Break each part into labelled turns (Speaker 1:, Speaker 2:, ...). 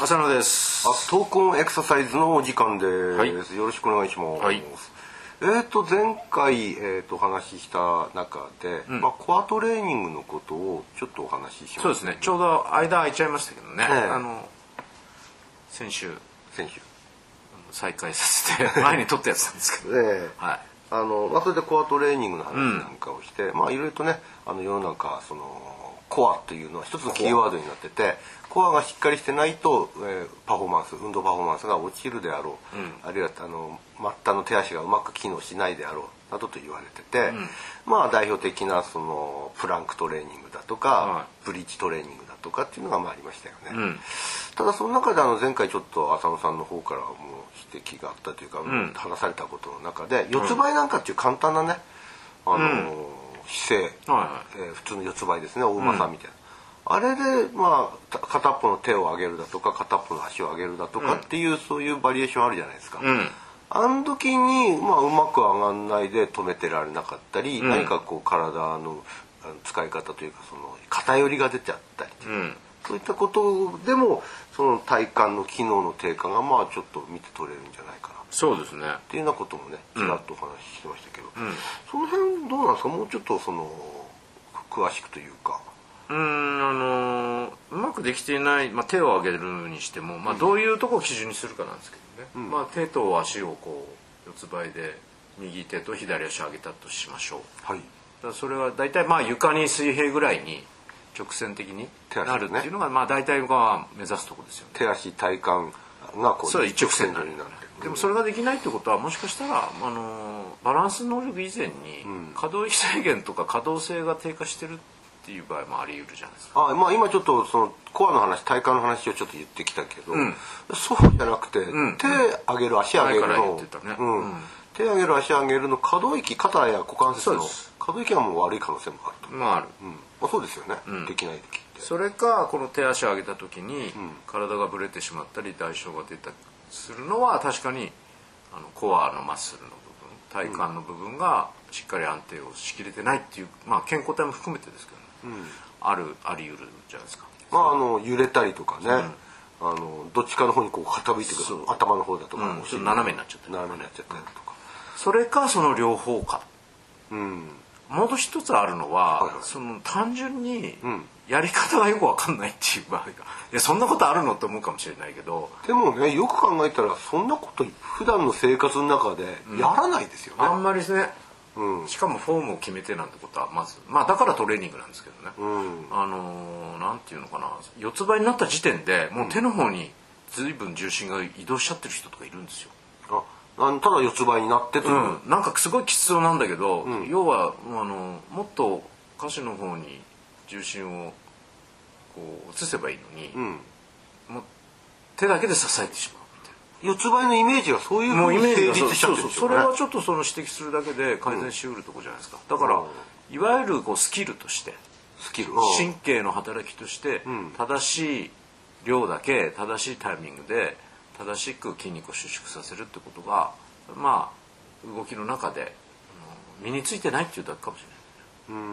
Speaker 1: 浅野です
Speaker 2: あ闘魂エクササイズのお時間です、
Speaker 1: はい
Speaker 2: よろしくお願いします、
Speaker 1: はい
Speaker 2: えっ、と前回、えー、とお話しした中で、まあ、コアトレーニングのことをちょっとお話ししま
Speaker 1: そうですすねちょうど間空いちゃいましたけどね、
Speaker 2: ええ
Speaker 1: あの先週
Speaker 2: 選手
Speaker 1: 再開させ て前に撮ったやつなんですけど、
Speaker 2: ええ
Speaker 1: はい
Speaker 2: あのまあ、それでコアトレーニングの話なんかをして、まあいろいろとねあの世の中そのコアというのは一つのキーワードになっててコアがしっかりしてないと、えーパフォーマンス運動パフォーマンスが落ちるであろう、あるいはあの末端の手足がうまく機能しないであろうなどと言われてて、まあ代表的なそのプランクトレーニングだとか、
Speaker 1: は
Speaker 2: ブリッジトレーニングだとかっていうのがまあありましたよね。
Speaker 1: ん
Speaker 2: ただその中であの前回ちょっと浅野さんの方からも指摘があったというか、
Speaker 1: ん
Speaker 2: 話されたことの中で四つ倍なんかっていう簡単なね、あのー姿勢、
Speaker 1: は
Speaker 2: えー普通の四つ倍ですねお馬さんみたいな、あれで、まあ、た片っぽの手を上げるだとか片っぽの足を上げるだとかっていう、そういうバリエーションあるじゃないですか。
Speaker 1: ん
Speaker 2: あの時に、まあ、うまく上がんないで止めてられなかったり、何かこう体のあの使い方というかその偏りが出ちゃったりというか
Speaker 1: うん
Speaker 2: そういったことでもその体幹の機能の低下がまあちょっと見て取れるんじゃないかなっ
Speaker 1: そうですね
Speaker 2: ていうようなこともねちらっとお話ししてましたけど、その辺どうなんですかもうちょっとその詳しくというか
Speaker 1: うーんあのーうまくできていない、まあ、手を上げるにしても、まあ、どういうとこを基準にするかなんですけどね、まあ、手と足をこう四つ倍で右手と左足上げたとしましょう
Speaker 2: はい
Speaker 1: だからそれは大体まあ床に水平ぐらいに直線的に
Speaker 2: 手足ね
Speaker 1: なるっていうのがまあ大体が目指すとこですよね
Speaker 2: 手足体幹がこう
Speaker 1: それは一直線になる
Speaker 2: になる
Speaker 1: でもそれができないってことはもしかしたら、あのーバランス能力以前に可動域制限とか可動性が低下してるっていう場合もあり得るじゃないですか。
Speaker 2: あまあ、今ちょっとそのコアの話体幹の話をちょっと言ってきたけど、そうじゃなくて、手上げる足上げる
Speaker 1: 前から言っ
Speaker 2: の
Speaker 1: て、たね
Speaker 2: うん手上げる足上げるの可動域肩や股関節の
Speaker 1: そうです
Speaker 2: 可動域がもう悪い可能性もあると、
Speaker 1: まあある。
Speaker 2: うんまあ、そうですよね、できない時って
Speaker 1: それかこの手足を上げた時に体がぶれてしまったり代償が出たりするのは確かにあのコアのマッスルの部分体幹の部分がしっかり安定をしきれてないっていう、まあ、健康体も含めてですけどね、あるあり得るじゃないですか。
Speaker 2: まああの揺れたりとかね、あのどっちかの方にこう傾いてくる頭の方だとか、
Speaker 1: うんちょっと斜めになっちゃってる
Speaker 2: 斜めになっちゃったりとか、
Speaker 1: それかその両方か
Speaker 2: うん、
Speaker 1: もう一つあるのは、
Speaker 2: はいはい
Speaker 1: その単純に
Speaker 2: ん
Speaker 1: やり方がよくわかんないっていう場合がいやそんなことあるのって思うかもしれないけど
Speaker 2: でもねよく考えたらそんなこと普段の生活の中でやらないですよね、
Speaker 1: あんまりですね、
Speaker 2: うん
Speaker 1: しかもフォームを決めてなんてことはまずまあだからトレーニングなんですけどね、
Speaker 2: ん
Speaker 1: あのーなんていうのかな四つ倍になった時点でもう手の方に随分重心が移動しちゃってる人とかいるんですよ。
Speaker 2: ああのただ四つ倍になってという、
Speaker 1: うん、なんかすごいきつそうなんだけど、要はあのもっと歌手の方に重心をこう移せばいいのに、
Speaker 2: ん
Speaker 1: もう手だけで支えてしまうみたいな。
Speaker 2: 四つ倍のイメージがそういうふ
Speaker 1: も
Speaker 2: う
Speaker 1: うイ
Speaker 2: に
Speaker 1: メージ
Speaker 2: 成
Speaker 1: がそう
Speaker 2: 立しちゃってるん
Speaker 1: そう
Speaker 2: でし
Speaker 1: そ
Speaker 2: ょう
Speaker 1: れ
Speaker 2: ね
Speaker 1: はちょっとその指摘するだけで改善しうるとこじゃないですか、だから、
Speaker 2: うん
Speaker 1: いわゆるこうスキルとして
Speaker 2: スキル
Speaker 1: 神経の働きとして
Speaker 2: ん
Speaker 1: 正しい量だけ正しいタイミングで正しく筋肉を収縮させるってことがまあ動きの中であの身についてないっていうだけかもしれない
Speaker 2: う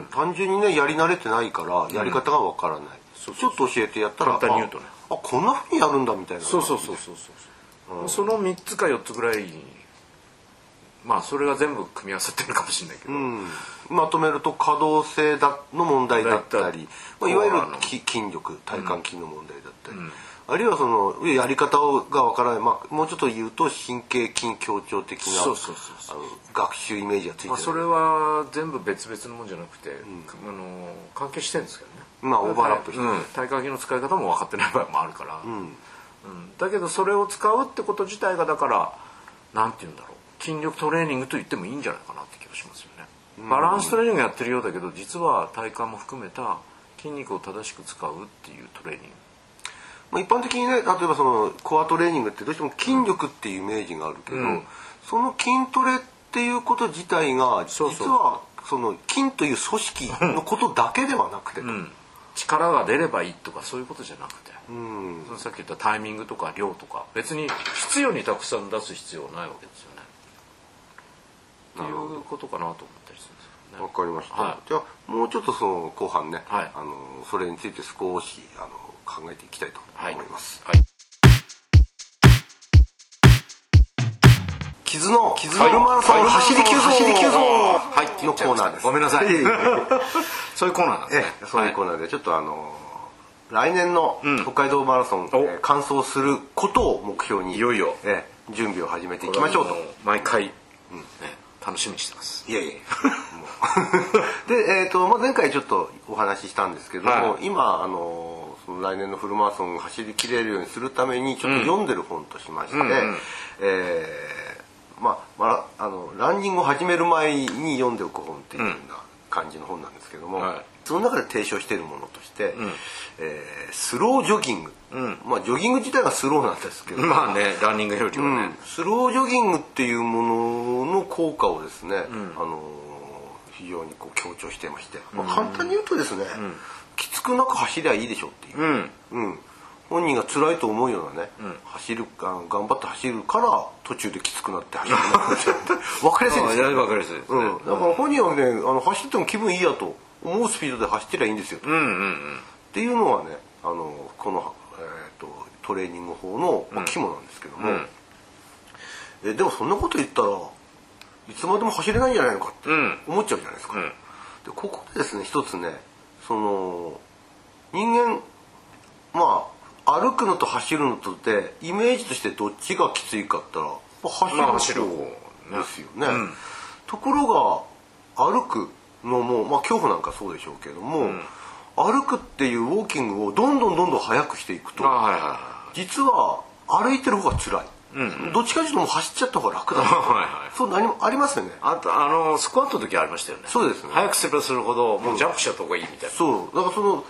Speaker 2: ん単純にねやり慣れてないからやり方がわからない、
Speaker 1: そう
Speaker 2: ちょっと教えてやったら
Speaker 1: 簡単に言うとね
Speaker 2: ああこんなふうにやるんだみたいな
Speaker 1: そうそうそう、その3つか4つぐらいまあそれが全部組み合わさってるかもしれないけど、
Speaker 2: うんまとめると可動性だの問題だったり、ま
Speaker 1: だ
Speaker 2: あ、
Speaker 1: い
Speaker 2: い
Speaker 1: た
Speaker 2: わ
Speaker 1: い
Speaker 2: ゆるき筋力体幹筋の問題だったり、あるいはそのやり方をがわからない、まあ、もうちょっと言うと神経筋協調的な
Speaker 1: そうそうそうそ
Speaker 2: あの学習イメージがついてる、
Speaker 1: まあ、それは全部別々のもんじゃなくて、あの関係してるんですけどね
Speaker 2: まあオーバーラップしてる
Speaker 1: うん、体幹筋の使い方も分かってない場合もあるから、うんだけどそれを使うってこと自体がだからなんて言うんだろう筋力トレーニングと言ってもいいんじゃないかなって気がしますよね、バランストレーニングやってるようだけど実は体幹も含めた筋肉を正しく使うっていうトレーニング
Speaker 2: まあ、一般的にね例えばそのコアトレーニングってどうしても筋力っていうイメージがあるけど、
Speaker 1: ん
Speaker 2: その筋トレっていうこと自体が実
Speaker 1: そうそう
Speaker 2: はその筋という組織のことだけではなくてと、
Speaker 1: うん力が出ればいいとかそういうことじゃなくて、そのさっき言ったタイミングとか量とか別に必要にたくさん出す必要はないわけですよね。っていうことかなと思ったりするんですけど
Speaker 2: わ
Speaker 1: ね。
Speaker 2: かりました、
Speaker 1: はい
Speaker 2: じゃあもうちょっとその後半ね、
Speaker 1: はい
Speaker 2: あのそれについて少しあの考えていきたいと思います、
Speaker 1: はい
Speaker 2: 傷の傷のフルマラソン走り急走
Speaker 1: 走り急走
Speaker 2: はいのコーナーです
Speaker 1: ごめんなさい
Speaker 2: ええ
Speaker 1: そういうコーナーなんです
Speaker 2: え
Speaker 1: ね
Speaker 2: えそういうコーナーでちょっとあの来年の
Speaker 1: ん
Speaker 2: 北海道マラソン、
Speaker 1: お
Speaker 2: えー完走することを目標に
Speaker 1: いよいよ
Speaker 2: ええ準備を始めていきましょうと
Speaker 1: 毎回、ね楽しみにしてます
Speaker 2: いやいやで、えーとまあ、前回ちょっとお話ししたんですけども、
Speaker 1: は
Speaker 2: 今あのその来年のフルマラソンを走りきれるようにするためにちょっと読んでる本としまして、
Speaker 1: うんうん
Speaker 2: えーまあ、まああのランニングを始める前に読んでおく本っていうような感じの本なんですけども、
Speaker 1: はい
Speaker 2: その中で提唱しているものとして、えースロージョギング、
Speaker 1: ん
Speaker 2: まあ、ジョギング自体がスローなんですけども
Speaker 1: まあねランニングよりはね、
Speaker 2: スロージョギングっていうものの効果をですね、あのー非常にこう強調してまして、まあ簡単に言うとですね、きつくなく走りゃいいでしょっていう、
Speaker 1: ん
Speaker 2: うん本人が辛いと思うようなね、走るあの頑張って走るから途中できつくなって走るなくなっちゃう分かりやすいですよ
Speaker 1: あ分かりやすいですね
Speaker 2: うん、だから本人はねあの走っても気分いいやと思うスピードで走ってりゃいいんですよと、
Speaker 1: うんうん
Speaker 2: っていうのはねあのこの、えー、とトレーニング法の、まあ、肝なんですけども、
Speaker 1: ん
Speaker 2: えでもそんなこと言ったらいつまでも走れないんじゃないのかって
Speaker 1: うん
Speaker 2: 思っちゃうじゃないですか、
Speaker 1: うん
Speaker 2: でここでですね一つねその人間まあ歩くのと走るのとでイメージとしてどっちがきついかって言ったら、ま
Speaker 1: ま
Speaker 2: あ、
Speaker 1: あ
Speaker 2: 走
Speaker 1: 走
Speaker 2: る
Speaker 1: る
Speaker 2: 方
Speaker 1: 方
Speaker 2: ですよね、
Speaker 1: うん
Speaker 2: ところが歩くのも、まあ、恐怖なんかそうでしょうけども、歩くっていうウォーキングをどんどんどんどん速くしていくと
Speaker 1: あはい はいは
Speaker 2: 実は歩いてる方が辛い、どっちかというともう走っちゃった方が楽だ
Speaker 1: はいはい
Speaker 2: そう何もありますよね
Speaker 1: あとあのスクワットの時ありましたよね
Speaker 2: そうですね
Speaker 1: 早くすればするほどもうジャンプしちゃった方がいいみたいな、
Speaker 2: そうだからその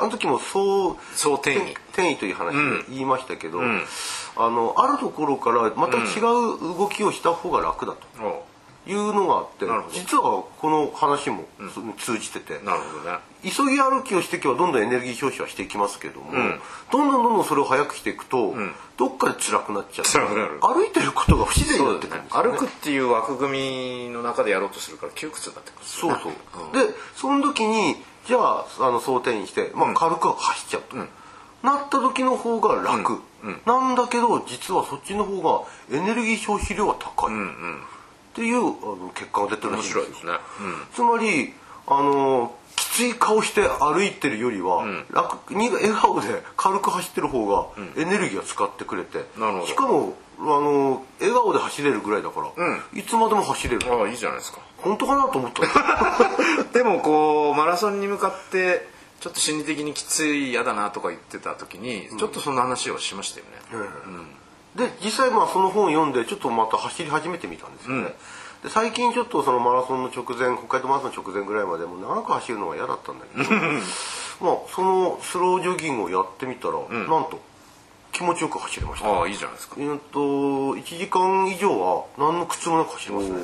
Speaker 2: あの時もそう
Speaker 1: そう転移
Speaker 2: 転移という話で言いましたけど、
Speaker 1: ん
Speaker 2: あのあるところからまた違う動きをした方が楽だと。
Speaker 1: お
Speaker 2: いうのがあって
Speaker 1: なるほど
Speaker 2: 実はこの話もそ通じてて、
Speaker 1: うなるほどね
Speaker 2: 急ぎ歩きをしていけばどんどんエネルギー消費はしていきますけども、どんどんどんどんそれを早くしていくと、どっかで辛くなっちゃって
Speaker 1: 辛くなる
Speaker 2: 歩いてることが不自然に
Speaker 1: そ
Speaker 2: なっ
Speaker 1: う
Speaker 2: て
Speaker 1: で
Speaker 2: く
Speaker 1: す
Speaker 2: るん
Speaker 1: ね
Speaker 2: ですよね
Speaker 1: 歩くっていう枠組みの中でやろうとするから窮屈になってくるんです
Speaker 2: そ
Speaker 1: よね
Speaker 2: うそう、でその時にじゃああの総転移して、まあ、軽く走っちゃうと、なった時の方が楽、なんだけど実はそっちの方がエネルギー消費量が高い、っていうあの結果が出てるら
Speaker 1: 面
Speaker 2: しいんです
Speaker 1: 白
Speaker 2: よ
Speaker 1: いですね、うん
Speaker 2: つまりあのきつい顔して歩いてるよりは、楽に笑顔で軽く走ってる方がエネルギーを使ってくれて、
Speaker 1: なるほど
Speaker 2: しかもあの笑顔で走れるぐらいだから、いつまでも走れる
Speaker 1: ああいいじゃないですか
Speaker 2: 本当かなと思ったんですよ
Speaker 1: でもこうマラソンに向かってちょっと心理的にきつい嫌だなとか言ってた時に、ちょっとその話をしましたよね、
Speaker 2: で実際まあその本を読んでちょっとまた走り始めてみたんですよね、で最近ちょっとそのマラソンの直前北海道マラソンの直前ぐらいまでもう長く走るのが嫌だったんだけどまあそのスロージョギングをやってみたら、なんと気持ちよく走れました
Speaker 1: ああいいじゃないですか
Speaker 2: えーっと1時間以上は何の苦痛もなく走りますね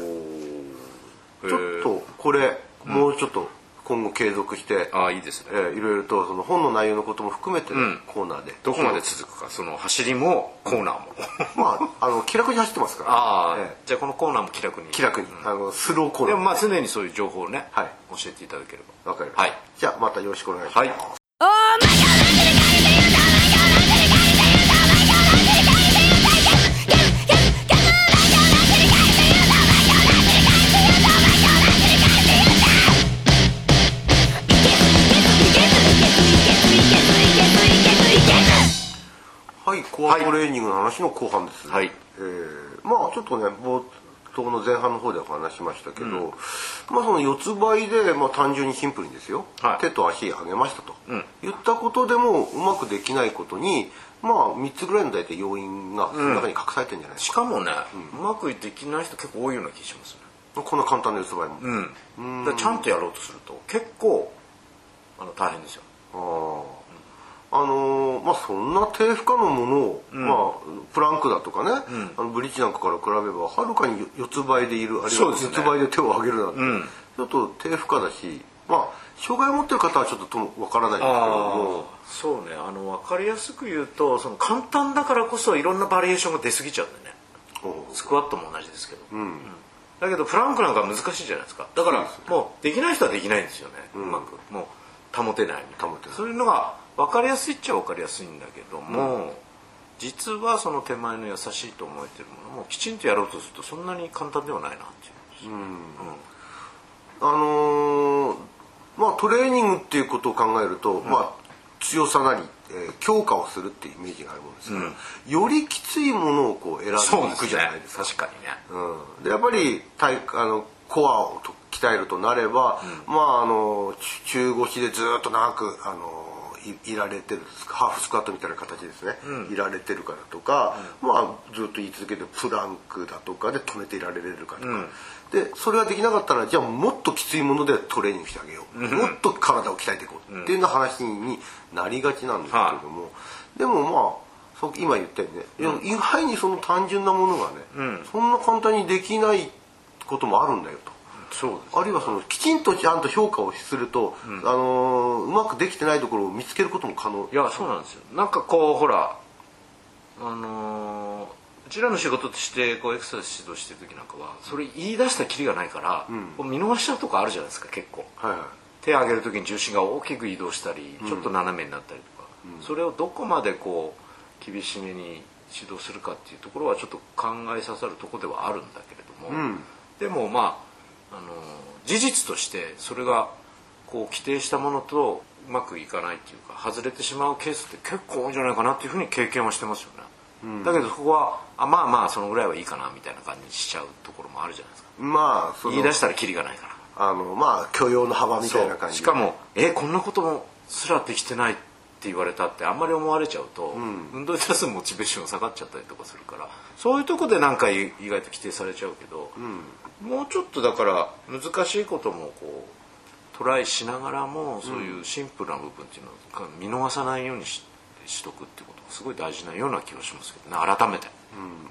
Speaker 1: お
Speaker 2: ちょっとこれもうちょっと今後継続して、
Speaker 1: ああいいです
Speaker 2: え
Speaker 1: ね
Speaker 2: ーいろいろとその本の内容のことも含めて、
Speaker 1: ん
Speaker 2: コーナーで
Speaker 1: どこまで続くかその走りもコーナーも
Speaker 2: まああの気楽に走ってますから
Speaker 1: ああ、
Speaker 2: え
Speaker 1: じゃあこのコーナーも気楽に
Speaker 2: ー気楽に、あのスローコー
Speaker 1: で
Speaker 2: ナ
Speaker 1: も
Speaker 2: ー
Speaker 1: まあ常にそういう情報をね、
Speaker 2: はい
Speaker 1: 教えていただければ
Speaker 2: わかりました、
Speaker 1: はい
Speaker 2: じゃあまたよろしくお願いします、
Speaker 1: はい
Speaker 2: はい、コアトレーニングの話の後半です、
Speaker 1: はい
Speaker 2: えーまあちょっとね冒頭の前半の方でお話ししましたけど、まあその四つ倍で、まあ、単純にシンプルにですよ、
Speaker 1: はい
Speaker 2: 手と足上げましたと、言ったことでもうまくできないことにまあ3つぐらいの大体要因がその中に隠されてるんじゃないです
Speaker 1: し
Speaker 2: か、
Speaker 1: かもね、うまくできない人結構多いような気がしますね
Speaker 2: こんな簡単な四つ倍も、あ
Speaker 1: うんだからちゃんとやろうとすると結構あの大変ですよ
Speaker 2: ーあのーまあそんな低負荷のものを、まあプランクだとかね、あのブリッジなんかから比べばはるかに四つ倍でいるあるい
Speaker 1: そう
Speaker 2: は
Speaker 1: です
Speaker 2: 四
Speaker 1: ね
Speaker 2: つ倍で手を上げるなんて、ちょっと低負荷だしまあ障害を持ってる方はちょっとともわからないですけども
Speaker 1: そうねあの分かりやすく言うとその簡単だからこそいろんなバリエーションが出過ぎちゃうんでね
Speaker 2: うん
Speaker 1: スクワットも同じですけど、うんだけどプランクなんか難しいじゃないですかだからもうできない人はできないんですよね、うまくもう保てないみたいな
Speaker 2: 保てない
Speaker 1: そういうのが分かりやすいっちゃ分かりやすいんだけども、実はその手前の優しいと思えてるものもきちんとやろうとするとそんなに簡単ではないなっていう、
Speaker 2: あのーまあトレーニングっていうことを考えると、まあ強さなり、えー強化をするっていうイメージがあるものですから、よりきついものをこう選んでいくじゃないですか。
Speaker 1: 確かにね、
Speaker 2: うん、でやっぱり体あのコアをと鍛えるとなれば、まああのち中腰でずっと長くあのいいられてるんですかハーフスクワットみたいな形ですね、いられてるからとか、まあずっと言い続けてプランクだとかで止めていられるかとか、でそれができなかったらじゃあもっときついものでトレーニングしてあげよう、もっと体を鍛えていこうっていうような話になりがちなんですけれども、でもまあそう今言ったよね、いや意外にその単純なものがね、そんな簡単にできないこともあるんだよと。
Speaker 1: そうで
Speaker 2: あるいはそのきちんとちゃんと評価をすると、あのーうまくできてないところを見つけることも可能
Speaker 1: いやそうなんですよなんかこうほらあのーうちらの仕事としてこうエクササイズ指導してる時なんかはそれ言い出したきりがないから、こう見逃しちゃうとこあるじゃないですか結構
Speaker 2: はいはい
Speaker 1: 手を上げる時に重心が大きく移動したり、ちょっと斜めになったりとか、それをどこまでこう厳しめに指導するかっていうところはちょっと考えさせるところではあるんだけれども、でもまあ、あの事実としてそれがこう規定したものとうまくいかないっていうか外れてしまうケースって結構多いんじゃないかなっていうふうに経験はしてますよね。だけどそこはあまあまあそのぐらいはいいかなみたいな感じにしちゃうところもあるじゃないですか
Speaker 2: まあその
Speaker 1: 言い出したらキリがないから
Speaker 2: あのまあ許容の幅みたいな感じ
Speaker 1: しかも「えこんなこともすらできてない」って言われたってあんまり思われちゃうと、運動に対するモチベーションが下がっちゃったりとかするからそういうとこでなんかい意外と規定されちゃうけど、もうちょっとだから難しいこともこうトライしながらもそういうシンプルな部分っていうのを見逃さないようにししとくってことがすごい大事なような気がしますけどね改めて。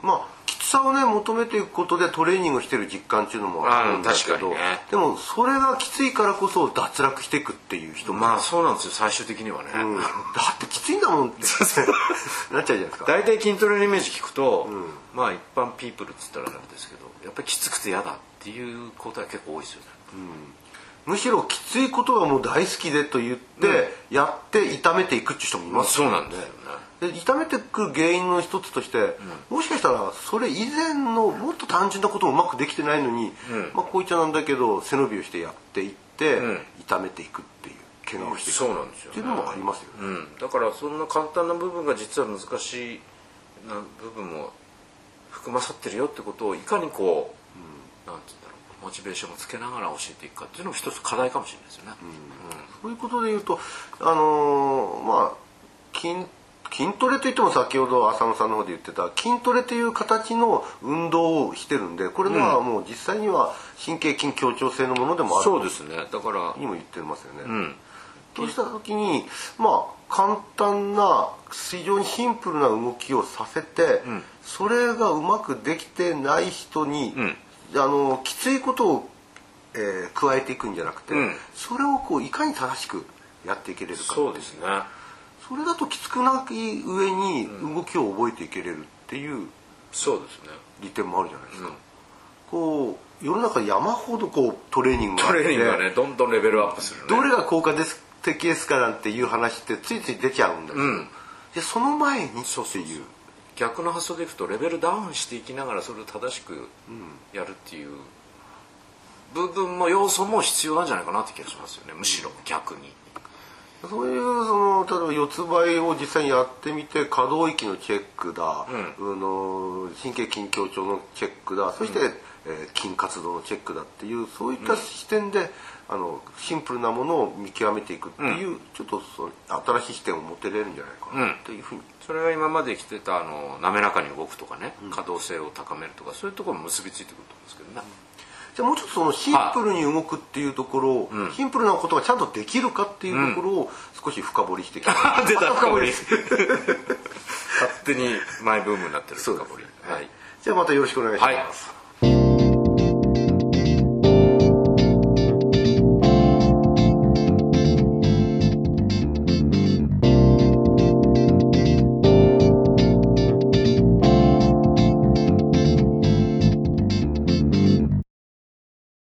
Speaker 2: まあきつさをね求めていくことでトレーニングをしてる実感っていうのもあるんだけ
Speaker 1: あー確か
Speaker 2: ど、
Speaker 1: にね
Speaker 2: でもそれがきついからこそ脱落していくっていう人も、
Speaker 1: まあそうなんですよ最終的にはね、
Speaker 2: うんだってきついんだもんってなっちゃうじゃないですか
Speaker 1: 大体筋トレのイメージ聞くと、まあ一般ピープルっつったらなんですけどやっぱりきつくて嫌だっていうことは結構多いですよね、
Speaker 2: むしろきついことがもう大好きでと言って、やって痛めていくっていう人もいます
Speaker 1: そうなんですよね
Speaker 2: で痛めてく原因の一つとして、もしかしたらそれ以前のもっと単純なこともうまくできてないのに、まあ、こういっちゃなんだけど背伸びをしてやっていって、
Speaker 1: ん
Speaker 2: 痛めていくっていう怪我をしていく
Speaker 1: そうなんですよね
Speaker 2: っていうのもありますよね。
Speaker 1: うん、だからそんな簡単な部分が実は難しいな部分も含まさってるよってことをいかにこう、なんて言うんだろうモチベーションをつけながら教えていくかっていうのも一つ課題かもしれないですよね、
Speaker 2: そういうことで言うと、あのーまあ筋筋トレといっても先ほど浅野さんの方で言ってた筋トレという形の運動をしてるんで、これのはもう実際には神経筋協調性のものでもある。
Speaker 1: そうですねだから
Speaker 2: にも言ってますよね。
Speaker 1: ん
Speaker 2: とした時にまあ簡単な非常にシンプルな動きをさせて、それがうまくできてない人に、
Speaker 1: ん
Speaker 2: あのきついことを、えー加えていくんじゃなくて、
Speaker 1: うん
Speaker 2: それをこういかに正しくやっていけれるか
Speaker 1: そうですね
Speaker 2: それだときつくない上に動きを覚えていけれるっていう
Speaker 1: そうですね
Speaker 2: 利点もあるじゃないですか。こう世の中山ほどこうトレーニングがあ
Speaker 1: ト
Speaker 2: って
Speaker 1: レーニングがねどんどんレベルアップするね
Speaker 2: どれが効果です的ですかなんていう話ってついつい出ちゃうんだけど、
Speaker 1: うん
Speaker 2: でその前にって
Speaker 1: そうそう
Speaker 2: いう
Speaker 1: 逆の発想でいくとレベルダウンしていきながらそれを正しくやるっていう部分も要素も必要なんじゃないかなって気がしますよねむしろ逆に、
Speaker 2: そういうその例えば四つ倍を実際にやってみて可動域のチェックだ、あの神経筋強調のチェックだそして、えー筋活動のチェックだっていうそういった視点で、あのシンプルなものを見極めていくっていう、ちょっとそう新しい視点を持てれるんじゃないかなっていうふうに、
Speaker 1: それが今まで来てたあの滑らかに動くとかね可動性を高めるとかそういうところも結びついてくると思うんですけどね、
Speaker 2: じゃあもうちょっとそのシンプルに動くっていうところを、シンプルなことがちゃんとできるかっていうところを少し深掘りして いきたい
Speaker 1: 出
Speaker 2: ま
Speaker 1: た
Speaker 2: 深
Speaker 1: 深
Speaker 2: 掘
Speaker 1: 掘
Speaker 2: り
Speaker 1: り勝手にマイブームになってる深掘りはい
Speaker 2: じゃあまたよろしくお願いします。
Speaker 1: はい